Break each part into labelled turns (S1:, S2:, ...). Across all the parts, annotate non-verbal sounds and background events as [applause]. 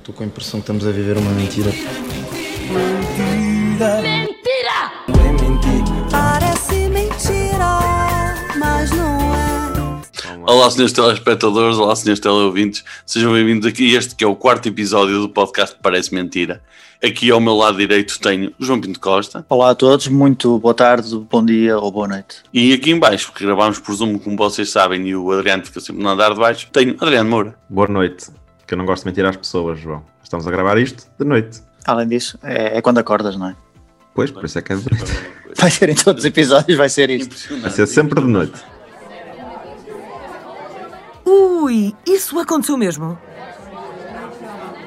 S1: Estou com a impressão que estamos a viver uma mentira.
S2: Mentira!
S3: Parece mentira, mas não é.
S4: Olá, senhores telespectadores, olá, senhores teleouvintes, sejam bem-vindos aqui a este que é o quarto episódio do podcast Parece Mentira. Aqui ao meu lado direito tenho o João Pinto Costa
S5: Olá a todos, muito boa tarde, bom dia ou boa noite.
S4: e aqui em baixo, porque gravámos por Zoom, como vocês sabem, e o Adriano fica sempre no andar de baixo, tenho Adriano Moura.
S6: Boa noite. Que eu não gosto de mentir às pessoas, João. Estamos a gravar isto de noite.
S5: Além disso, é, é quando acordas, não é? [laughs]
S6: Pois, por isso é que é de noite.
S5: Vai ser em todos os episódios, vai ser isto.
S6: Vai ser sempre de noite.
S7: Ui, isso aconteceu mesmo?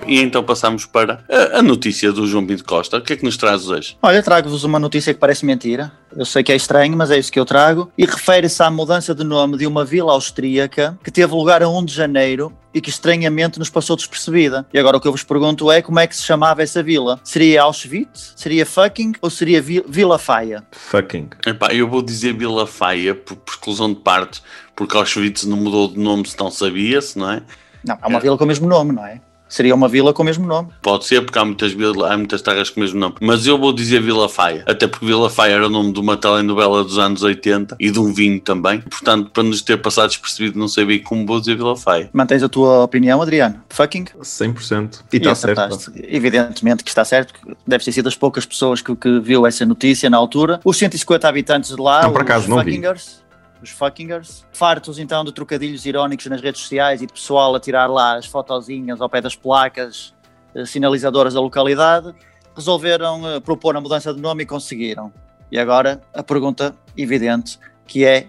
S4: E então passamos para a, a notícia do João Pinto Costa. O que é que nos traz hoje?
S5: Olha, trago-vos uma notícia que parece mentira. Eu sei que é estranho, mas é isso que eu trago. E refere-se à mudança de nome de uma vila austríaca que teve lugar a 1 de janeiro e que estranhamente nos passou despercebida. E agora o que eu vos pergunto é como é que se chamava essa vila? Seria Auschwitz? Seria fucking? Ou seria Vi- Vila Faia?
S6: Fucking.
S4: Epá, eu vou dizer Vila Faia por, por exclusão de partes, porque Auschwitz não mudou de nome se não sabia-se, não é?
S5: Não, é uma vila com o mesmo nome, não é? Seria uma vila com o mesmo nome.
S4: Pode ser, porque há muitas, vila- há muitas terras com o mesmo nome. Mas eu vou dizer Vila Faia. Até porque Vila Faia era o nome de uma telenovela dos anos 80 e de um vinho também. Portanto, para nos ter passado despercebido, não sabia como vou dizer Vila Faia.
S5: Mantens a tua opinião, Adriano? Fucking?
S6: 100%. E está certo.
S5: acertaste. é Evidentemente que está certo, que deve ter sido as poucas pessoas que, que viu essa notícia na altura. Os 150 habitantes de lá,
S6: Não, por
S5: os
S6: acaso, não vi.
S5: fuckingers, os fuckingers, fartos então de trocadilhos irónicos nas redes sociais e de pessoal a tirar lá as fotozinhas ao pé das placas eh, sinalizadoras da localidade, resolveram eh, propor a mudança de nome e conseguiram. E agora a pergunta evidente, que é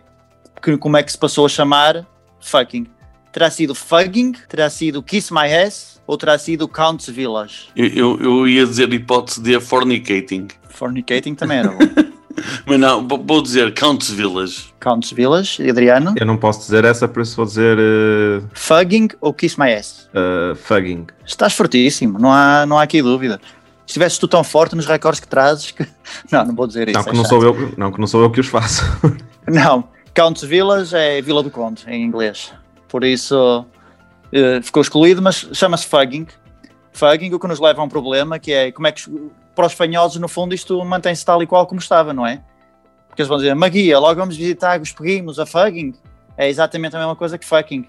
S5: que- como é que se passou a chamar fucking? Terá sido fugging? Terá sido kiss my ass? Ou terá sido count's village?
S4: Eu, eu, eu ia dizer hipótese de fornicating. [laughs]
S5: Fornicating também era bom.
S4: Mas não, vou- vou dizer Counts Village.
S5: count's village, Adriano.
S6: Eu não posso dizer essa, por isso vou dizer eh,
S5: Fugging ou kiss my ass?
S6: eh, fucking.
S5: Estás fortíssimo, não há, não há aqui dúvida. Estiveste tu tão forte nos recordes que trazes que... [laughs] Não, não vou dizer isso.
S6: Não,
S5: é
S6: que não
S5: chato.
S6: sou eu, não, que não sou eu que os faço. [laughs]
S5: Não, Count's Village é Vila do Conde, em inglês. Por isso eh, ficou excluído, mas chama-se fugging. Fugging, o que nos leva a um problema que é como é que os- para os espanhóis, no fundo, isto mantém-se tal e qual como estava, não é? Porque eles vão dizer, Magia, logo vamos visitar os primos, a fugging. É exatamente a mesma coisa que fucking.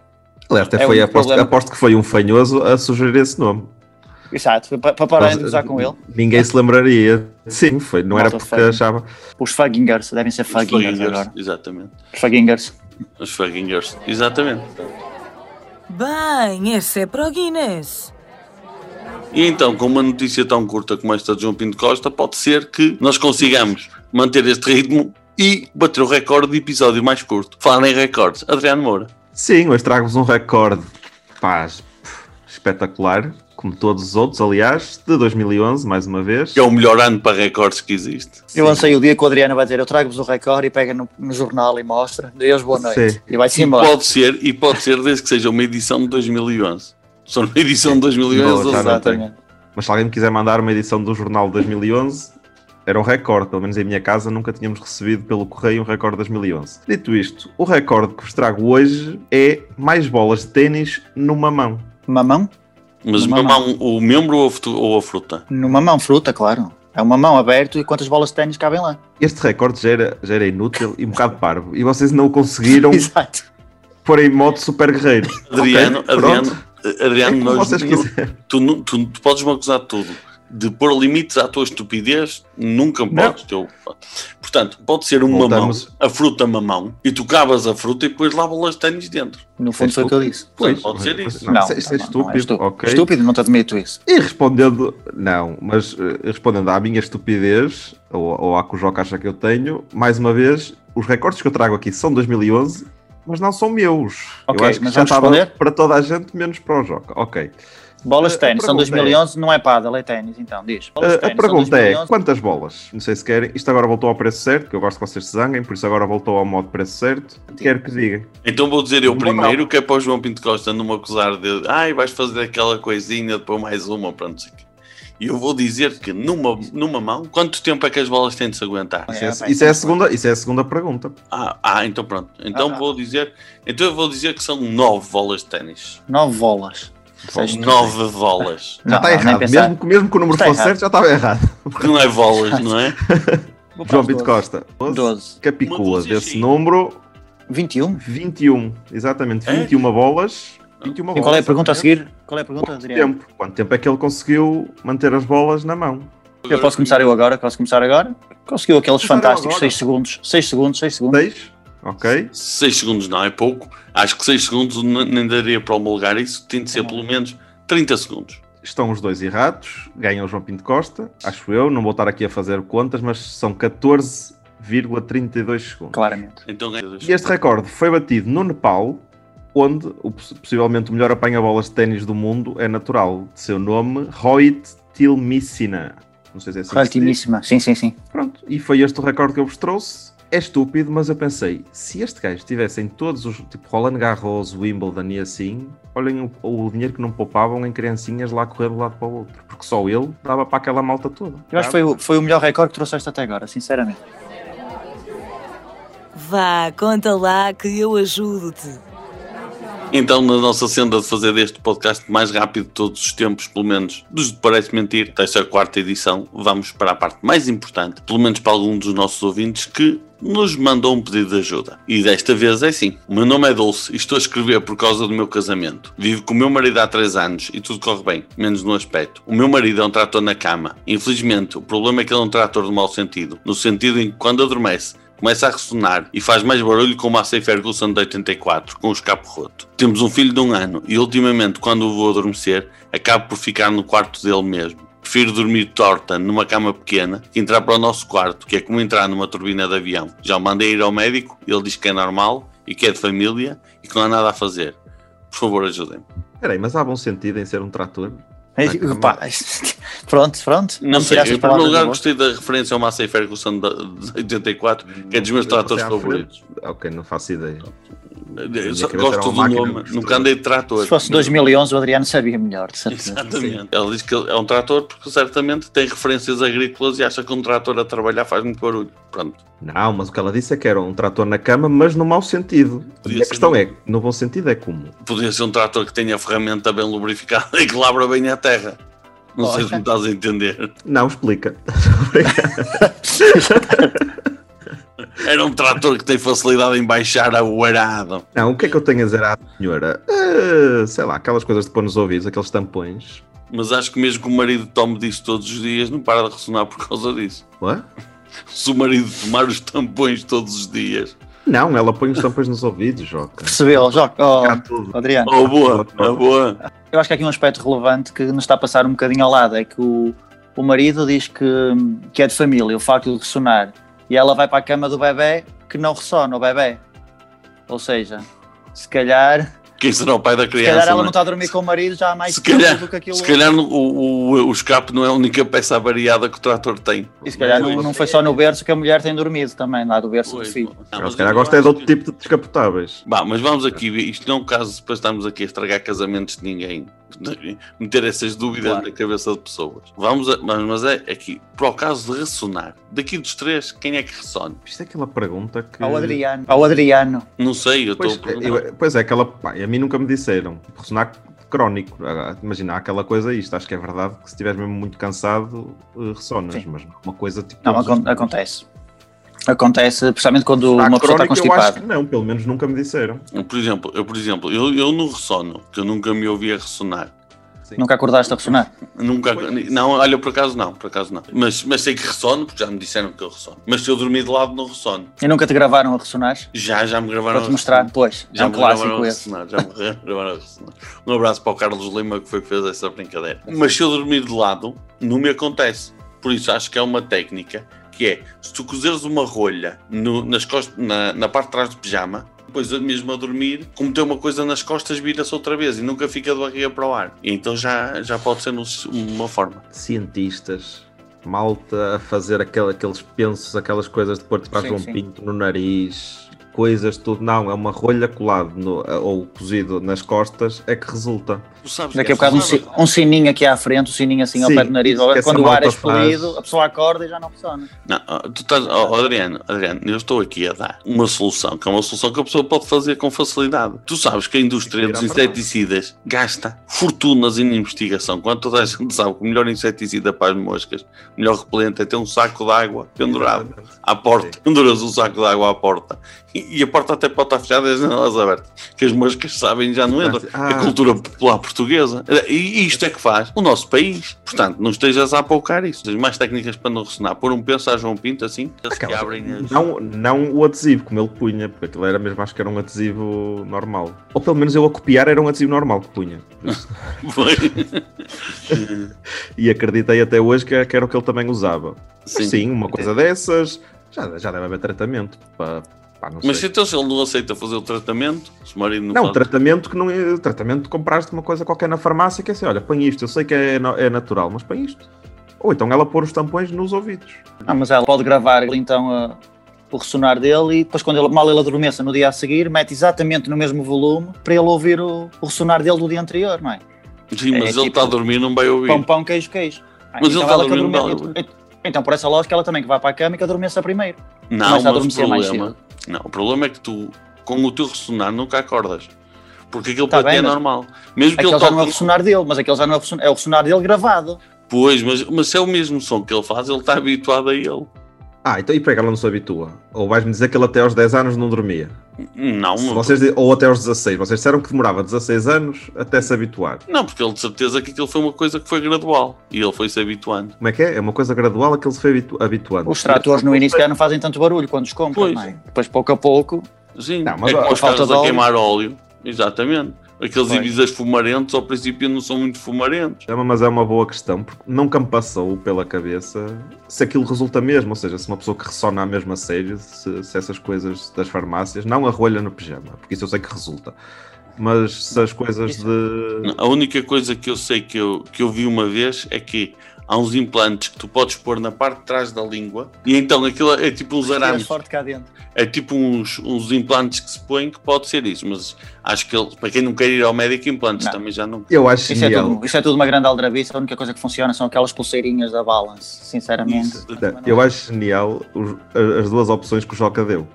S6: Aliás, até
S5: É
S6: foi,
S5: um
S6: aposto,
S5: problema.
S6: aposto que foi um fanhoso a sugerir esse nome.
S5: Exato, para pararem
S6: Nós-
S5: de
S6: eh,
S5: usar com ele.
S6: Ninguém se lembraria. Sim, foi. Não era
S5: Malta
S6: porque
S5: fucking.
S6: achava.
S5: Os fuggingers, devem ser
S4: Os
S5: fuggingers
S4: fuggingers,
S5: agora.
S4: Exatamente.
S5: Os fuggingers.
S4: Os Fuggingers. Exatamente.
S7: Bem, esse é para o Guinness.
S4: E então, com uma notícia tão curta como esta de João Pinto Costa, pode ser que nós consigamos manter este ritmo e bater o recorde de episódio mais curto. Falando em recordes, Adriano Moura.
S6: Sim, hoje trago-vos um recorde, pá, pff, espetacular, como todos os outros, aliás, de 2011, mais uma vez.
S4: que é o melhor ano para recordes que existe.
S5: Eu ansei o dia que o Adriano vai dizer, eu trago-vos o recorde e pega no, no jornal e mostra. Deus, boa noite.
S6: Sim.
S5: E vai-se
S4: E
S5: embora.
S4: pode ser, e pode ser desde que seja uma edição de 2011. Só numa edição de 2011
S6: Boa,
S4: ou
S6: já não
S4: exato.
S6: tenho. Mas se alguém me quiser mandar uma edição do jornal de 2011, era um recorde, pelo menos em minha casa nunca tínhamos recebido pelo correio um recorde de 2011. Dito isto, o recorde que vos trago hoje é mais bolas de ténis numa mão.
S5: Mamão?
S4: Mas
S5: Numa
S4: mamão, o membro ou a, fruta, ou a fruta?
S5: Numa mão, fruta, claro. É uma mão aberta e quantas bolas de ténis cabem lá.
S6: Este recorde já era, já era inútil e um bocado parvo, e vocês não o conseguiram
S5: Exato.
S6: pôr em modo super guerreiro.
S4: Adriano,
S6: Ok,
S4: Adriano,
S6: pronto.
S4: Adriano,
S6: É como
S4: nós,
S6: vocês
S4: não-
S6: quiserem.
S4: tu, nu- tu, tu podes me acusar de tudo. De pôr limites à tua estupidez, nunca podes. teu- Portanto, pode ser um
S6: Voltamos.
S4: mamão, a fruta mamão, e tu cavas a fruta e depois lá bolas de ténis dentro.
S5: No fundo
S6: Isso
S5: foi o que eu disse.
S6: Pois,
S4: Pode ser isso.
S6: Não, isso é- isso é
S5: não, não, é
S6: estúpido. ok.
S5: Estúpido, não te admito isso.
S6: E respondendo, não, mas eh, respondendo à minha estupidez, ou, ou à que o Joca acha que eu tenho, mais uma vez, os recordes que eu trago aqui são 2011, mas não são meus.
S5: Ok,
S6: eu acho que
S5: mas
S6: já
S5: vamos
S6: estava
S5: responder?
S6: para toda a gente, menos para o Joca. Ok. Eh, A-
S5: Bolas de
S6: a
S5: ténis, são
S6: pergunta
S5: 2011, não é pádel, é ténis, então, diz. Bolas de
S6: Eh, a
S5: ténis, são
S6: pergunta é,
S5: 2011.
S6: quantas bolas? Não sei se querem. Isto agora voltou ao preço certo, que eu gosto que vocês se zanguem, por isso agora voltou ao modo preço certo. Quero que digam.
S4: Então vou dizer eu
S6: Não,
S4: primeiro, que é para o João Pinto Costa não me acusar de ai, vais fazer aquela coisinha, depois mais uma, pronto, não sei o quê. E eu vou dizer que numa, numa mão, quanto tempo é que as bolas têm de se aguentar?
S5: É,
S6: Isso é,
S5: bem,
S6: isso é a
S5: sim.
S6: segunda, isso é a segunda pergunta.
S4: Ah, ah, então pronto. Então
S5: Ah, ah.
S4: vou dizer, então eu vou dizer que são nove bolas de ténis.
S5: Nove bolas. Seis-
S4: Nove bolas.
S6: Já
S5: Não,
S6: está
S5: nem
S6: Tá errado.
S5: pensar.
S6: Mesmo, que- mesmo que o número
S5: Está
S6: fosse
S5: errado.
S6: certo, já estava errado.
S4: Porque não é
S5: [laughs]
S4: bolas, não é?
S5: Vou
S6: João
S5: para os
S6: Pinto
S5: doze.
S6: Costa.
S5: 12.
S4: Uma
S6: Capicua
S4: dúzia
S6: desse
S4: sim.
S6: número,
S5: 21?
S6: 21. Exatamente,
S4: É?
S6: 21 bolas. 21
S5: E
S6: bolas.
S5: qual é a pergunta a
S6: exatamente.
S5: seguir? Qual é a pergunta,
S6: Quanto
S5: Adriano?
S6: tempo? Quanto tempo é que ele conseguiu manter as bolas na mão?
S5: Eu posso começar eu agora? Posso começar agora? Conseguiu aqueles
S6: Começar eu
S5: fantásticos
S6: agora.
S5: 6 segundos. 6 segundos, 6 segundos.
S6: 6? Ok.
S4: 6 segundos não é pouco. Acho que 6 segundos n- nem daria para homologar isso. Tem de ser pelo menos 30 segundos.
S6: Estão os dois errados. Ganha o João Pinto Costa, acho eu. Não vou estar aqui a fazer contas, mas são 14,32 segundos.
S5: Claramente.
S4: Então ganha dois.
S6: E este recorde foi batido no Nepal, onde o, poss- possivelmente o melhor apanha-bolas de ténis do mundo é natural, de seu nome, Rohit Tilmissina. Não sei se é assim. que se diz.
S5: Ratimíssima. Sim, sim, sim.
S6: Pronto, e foi este o recorde que eu vos trouxe. É estúpido, mas eu pensei, se este gajo estivesse em todos os, tipo Roland Garros, Wimbledon e assim, olhem o, o dinheiro que não poupavam em criancinhas lá a correr de um lado para o outro, porque só ele dava para aquela malta toda.
S5: Eu acho que foi, o- foi o melhor recorde que trouxeste até agora, sinceramente.
S7: Vá, conta lá que eu ajudo-te.
S4: Então, na nossa senda de fazer deste podcast mais rápido de todos os tempos, pelo menos dos de Parece Mentir, desta quarta edição, vamos para a parte mais importante, pelo menos para algum dos nossos ouvintes que nos mandou um pedido de ajuda. E desta vez é assim. O meu nome é Dulce e estou a escrever por causa do meu casamento. Vivo com o meu marido há 3 anos e tudo corre bem, menos no aspecto. O meu marido é um trator na cama. Infelizmente, o problema é que ele é um trator de mau sentido, no sentido em que quando adormece, começa a ressonar e faz mais barulho que o Massey Ferguson de 84, com o escapo roto. Temos um filho de um ano e, ultimamente, quando o vou adormecer, acabo por ficar no quarto dele mesmo. Prefiro dormir torta numa cama pequena que entrar para o nosso quarto, que é como entrar numa turbina de avião. Já o mandei ir ao médico, ele diz que é normal e que é de família e que não há nada a fazer. Por favor, ajudem-me.
S6: Tá? Peraí, mas há bom sentido em ser um trator?
S5: Ei,
S6: Vai, calma.
S5: pá, [laughs] pronto, pronto.
S4: Não sei,
S5: tiraste as
S4: em primeiro
S5: palavras
S4: lugar
S5: da boca.
S4: gostei da referência ao Massey Ferguson de de 84, que é dos meus
S6: Eu passei
S4: tratores
S6: à frente.
S4: favoritos.
S6: Ok, não faço ideia.
S4: Eu
S6: cabeça
S4: só
S6: era
S4: gosto do
S6: uma máquina
S4: nome,
S6: de costura.
S4: nunca andei de trator.
S5: Se fosse 2011, o Adriano sabia melhor, de certeza.
S4: [laughs] Exatamente. Ele diz que ele é um trator porque certamente tem referências agrícolas e acha que um trator a trabalhar faz muito barulho. Pronto.
S6: Não, mas o que ela disse é que era um trator na cama, mas no mau sentido. A
S4: Podia
S6: minha
S4: ser
S6: questão
S4: no-
S6: é, no bom sentido é como?
S4: Podia ser um trator que tenha a ferramenta bem lubrificada [laughs] e que labra bem a terra. Não sei se me estás a entender.
S6: Não, explica.
S4: Era um trator que tem facilidade em baixar o arado.
S6: Não, o que é que eu tenho a dizer à senhora? Ah, sei lá, aquelas coisas de pôr nos ouvidos, aqueles tampões.
S4: Mas acho que mesmo que o marido tome disso todos os dias, não para de ressonar por causa disso.
S6: Ué?
S4: Se o marido tomar os tampões todos os dias.
S6: Não, ela põe os tampões nos ouvidos, Joca.
S5: Percebeu, Joca?
S6: Cá
S5: Oh,
S6: tudo.
S5: Adriano,
S4: Oh, boa,
S5: [laughs]
S4: oh, boa.
S5: eu acho que há aqui um aspecto relevante que nos está a passar um bocadinho ao lado, é que o, o marido diz que, que é de família, o facto de ressonar, e ela vai para a cama do bebê que não ressona o bebê. Ou seja, se calhar,
S4: Quem será o pai da
S5: se
S4: criança?
S5: calhar ela
S4: não é?
S5: não está a dormir com o marido já há mais
S4: Se
S5: tempo
S4: calhar-
S5: do que aquilo. é.
S4: Se calhar o, o, o escape não é a única peça avariada que o trator tem.
S5: E se calhar não, não foi só no berço que a mulher tem dormido também, lá do berço do filho.
S4: Não,
S6: Ela
S4: mas
S6: se calhar
S4: eu
S6: gosta é de
S4: acho
S6: outro
S4: que-
S6: tipo de descapotáveis.
S4: Bah, mas vamos aqui, ver, isto não é um caso para estarmos aqui a estragar casamentos de ninguém, [laughs] meter essas dúvidas
S5: Claro.
S4: na cabeça de pessoas. Vamos a- mas, mas é aqui, para o caso de ressonar, daqui dos três, quem é que ressone?
S6: Isto é aquela pergunta que...
S5: Ao Adriano, ao Adriano.
S4: Não sei, eu estou
S6: Pois,
S4: a perguntar.
S6: eu- pois é, aquela. pá, a mim nunca me disseram. Ressonar crónico. Ah, Imagina, há aquela coisa, isto acho que é verdade, que se estiveres mesmo muito cansado, eh, ressonas.
S5: Sim.
S6: Mas não é uma coisa tipo.
S5: Não,
S6: todos os
S5: acon-
S6: dias.
S5: acontece. Acontece, precisamente quando
S6: Ressonar
S5: uma pessoa está
S6: crónico, Eu acho
S5: constipada.
S6: que não, pelo menos nunca me disseram.
S4: Por exemplo, eu, por exemplo eu, eu não ressono, que eu nunca me ouvia ressonar.
S5: Nunca acordaste a ressonar.
S4: Nunca, não, olha, por acaso não, por acaso não. Mas, mas sei que ressono, porque já me disseram que eu ressono. Mas se eu dormir de lado, não ressono.
S5: E nunca te gravaram a ressonar?
S4: Já, já me gravaram
S5: Para te
S4: a
S5: mostrar
S4: ressonar.
S5: depois.
S4: Já
S5: é um
S4: me gravaram
S5: clássico
S4: a
S5: esse.
S4: ressonar, já me [laughs] gravaram a ressonar. Um abraço para o Carlos Lima que foi que fez essa brincadeira. Mas se eu dormir de lado, não me acontece. Por isso acho que é uma técnica que é, se tu cozeres uma rolha no- nas costas, na, na parte de trás do pijama, depois eu mesmo a dormir, como tem uma coisa nas costas, vira-se outra vez e nunca fica de barriga para o ar. E então já, já pode ser um- uma forma.
S6: Cientistas, malta a fazer aquele- aqueles pensos, aquelas coisas de pôr tipo
S5: Sim,
S6: João
S5: sim.
S6: Pinto no nariz. coisas, tudo. Não, é uma rolha colado no- ou cozido nas costas é que resulta.
S4: Tu sabes
S5: Daqui a
S4: que é
S5: bocado um, si-
S4: saudável.
S5: um sininho aqui à frente, um sininho assim ao
S6: Sim,
S5: pé do nariz.
S6: isso que essa
S5: Quando o ar é
S6: malta faz.
S5: expelido, a pessoa acorda e já não funciona.
S4: Não, ah, tu estás, oh, Adriano, Adriano, eu estou aqui a dar uma solução, que é uma solução que a pessoa pode fazer com facilidade. Tu sabes que a indústria
S6: Tirar
S4: dos
S6: para baixo.
S4: inseticidas gasta fortunas em investigação, quando toda a gente sabe que o melhor inseticida para as moscas, o melhor repelente é ter um saco de água pendurado
S6: Exatamente.
S4: à porta. Penduras um saco de água à porta. E, e a porta até pode estar fechada e as janelas abertas, que as moscas sabem e já não entram.
S6: Ah.
S4: A cultura popular portuguesa. E isto é que faz o nosso país. Portanto, não estejas a apoucar isso. Tens mais técnicas para não ressonar. Pôr um penso a João Pinto assim, eles que
S6: Aquela-
S4: abrem as... [laughs]
S6: Não, não o adesivo, como ele punha, porque aquilo era mesmo, acho que era um adesivo normal. Ou pelo menos eu a copiar era um adesivo normal que
S4: [laughs]
S6: punha. Por isso- E acreditei até hoje que que era o que ele também usava. Mas
S4: Sim.
S6: Sim, uma coisa dessas, já, já deve haver tratamento. Pá, pá, não
S4: Mas
S6: sei.
S4: então se ele não aceita fazer o tratamento, se o marido não,
S6: Não,
S4: faz-
S6: tratamento que não é. Tratamento compraste uma coisa qualquer na farmácia que é assim: olha, põe isto, eu sei que é, no- é natural, mas põe isto. Ou então ela pôr os tampões nos ouvidos.
S5: Ah, mas ela pode gravar então a- o ressonar dele e depois quando ele, mal ele adormeça no dia a seguir, mete exatamente no mesmo volume para ele ouvir o, o ressonar dele do dia anterior, não é?
S4: Sim,
S5: é
S4: mas ele
S5: tipo-
S4: está a dormir não vai ouvir.
S5: Pão, pão, queijo, queijo. Ah,
S4: Mas ele está
S5: ela que
S4: dormindo
S5: adorme-
S4: mal,
S5: Então, então, por essa lógica, ela também que vá para a cama e que adormeça primeiro.
S4: Não,
S5: Começa a
S4: mas o
S5: adormecer mais
S4: problema... Não, o problema é que tu, com o teu ressonar, nunca acordas. Porque aquilo
S5: Tá
S4: para ti
S5: bem,
S4: é
S5: mas-
S4: normal. Mesmo que ele
S5: Aquele já não é o
S4: toque um-
S5: ressonar dele, mas aquele já não é o ressonar, é o ressonar dele gravado.
S4: Pois, mas, mas se é o mesmo som que ele faz, ele está habituado a ele.
S6: Ah, então e para que ela não se habitua? Ou vais-me dizer que ele até aos 10 anos não dormia?
S4: Não,
S6: Se
S4: mas-
S6: vocês, di- ou até aos 16. Vocês disseram que demorava 16 anos até se habituar.
S4: não, porque ele de certeza que aquilo foi uma coisa que foi gradual e ele foi se habituando.
S6: Como é que é? É uma coisa gradual a que ele se foi habitu- habituando.
S5: Os tratores no início já não fazem tanto barulho quando os compram,
S4: Pois.
S5: não é? Depois, pouco a pouco,
S4: Sim,
S6: Não, mas
S4: é como
S6: a-
S4: os
S5: a falta
S4: carros
S5: de
S4: a
S5: óleo-
S4: queimar óleo. Exatamente. Aqueles
S5: Bem.
S4: Ibizas fumarentos ao princípio não são muito fumarentos.
S6: É uma- Mas é uma boa questão, porque nunca me passou pela cabeça se aquilo resulta mesmo, ou seja, se uma pessoa que ressona a mesma série, se, se essas coisas das farmácias, não a rolha no pijama, porque isso eu sei que resulta, mas se as coisas
S5: Isso-
S6: de.
S4: A única coisa que eu sei que eu, que eu vi uma vez é que há uns implantes que tu podes pôr na parte de trás da língua e então aquilo é tipo uns
S5: tiras
S4: arames.
S5: forte cá dentro.
S4: é tipo uns, uns implantes que se põem que pode ser isso, mas acho que ele- para quem não quer ir ao médico, implantes
S5: Não.
S4: também já não.
S6: Eu acho
S5: Isso é,
S6: genial.
S5: tudo, isso é tudo uma grande aldrabice, a única coisa que funciona são aquelas pulseirinhas da Balance, sinceramente.
S4: Isso.
S6: Eu
S5: é.
S6: acho genial os- a- as duas opções que o Joca deu.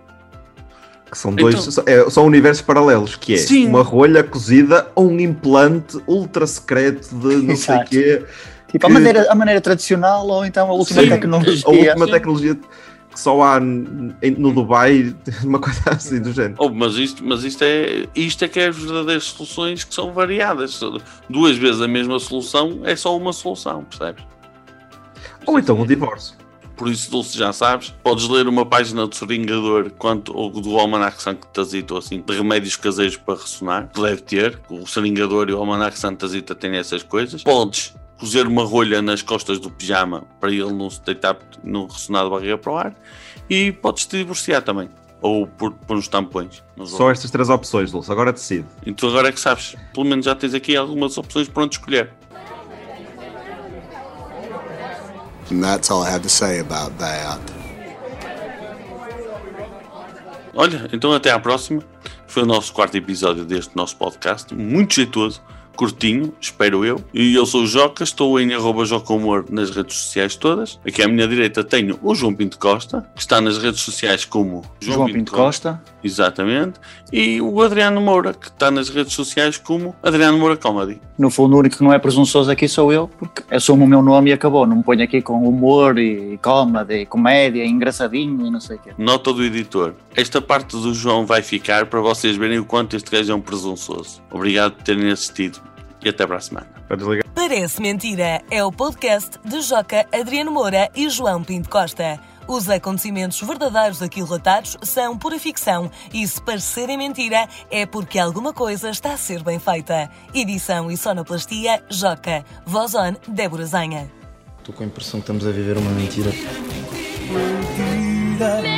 S6: Que são
S4: Então-
S6: dois. são- é- são universos paralelos, que é
S4: Sim.
S6: uma rolha cozida ou um implante ultra secreto de não sei o
S5: Exato.
S6: quê.
S5: Tipo, a
S6: Que-
S5: maneira, a maneira tradicional ou então a última
S4: Sim.
S5: tecnologia.
S6: A última
S4: Sim.
S6: tecnologia que só há n- em- no Dubai, [laughs] uma coisa assim do género.
S4: Oh, mas isto, mas isto é isto é que é as verdadeiras soluções que são variadas. Duas vezes a mesma solução é só uma solução, percebes?
S6: Ou então o divórcio.
S4: Por isso, Dulce, já sabes, podes ler uma página do Seringador quanto ou do Almanac Santasito, assim, de remédios caseiros para ressonar, que deve ter, o Seringador e o Almanac Santasita têm essas coisas. Podes cozer uma rolha nas costas do pijama para ele não se deitar, não ressonar de barriga para o ar, e podes te divorciar também, ou por, por uns tampões. nos
S6: Só estas três opções, Dulce. Agora decide.
S4: E tu agora é que sabes, pelo menos já tens aqui algumas opções para onde escolher.
S2: And that's all I have to say about that.
S4: Olha, então até à próxima. Foi o nosso quarto episódio deste nosso podcast, muito jeitoso, curtinho, espero eu. E eu sou o Joca, estou em arroba Joca Humor nas redes sociais todas. Aqui à minha direita tenho o João Pinto Costa, que está nas redes sociais como
S5: João, Pinto Costa.
S4: Exatamente. E o Adriano Moura, que está nas redes sociais como Adriano Moura Comedy.
S5: No fundo, o único que não é presunçoso aqui sou eu, porque assumo o meu nome e acabou. Não me ponho aqui com humor e comedy, e comédia, e engraçadinho e não sei o quê.
S4: Nota do editor. Esta parte do João vai ficar para vocês verem o quanto este gajo é um presunçoso. Obrigado por terem assistido e até para a semana.
S6: Para desligar.
S7: Parece Mentira é o podcast de Joca, Adriano Moura e João Pinto Costa. Os acontecimentos verdadeiros aqui relatados são pura ficção e se parecerem mentira é porque alguma coisa está a ser bem feita. Edição e sonoplastia Joca. Voz on Débora Zanha.
S1: Estou com a impressão que estamos a viver uma mentira.
S3: Mentira,
S7: é.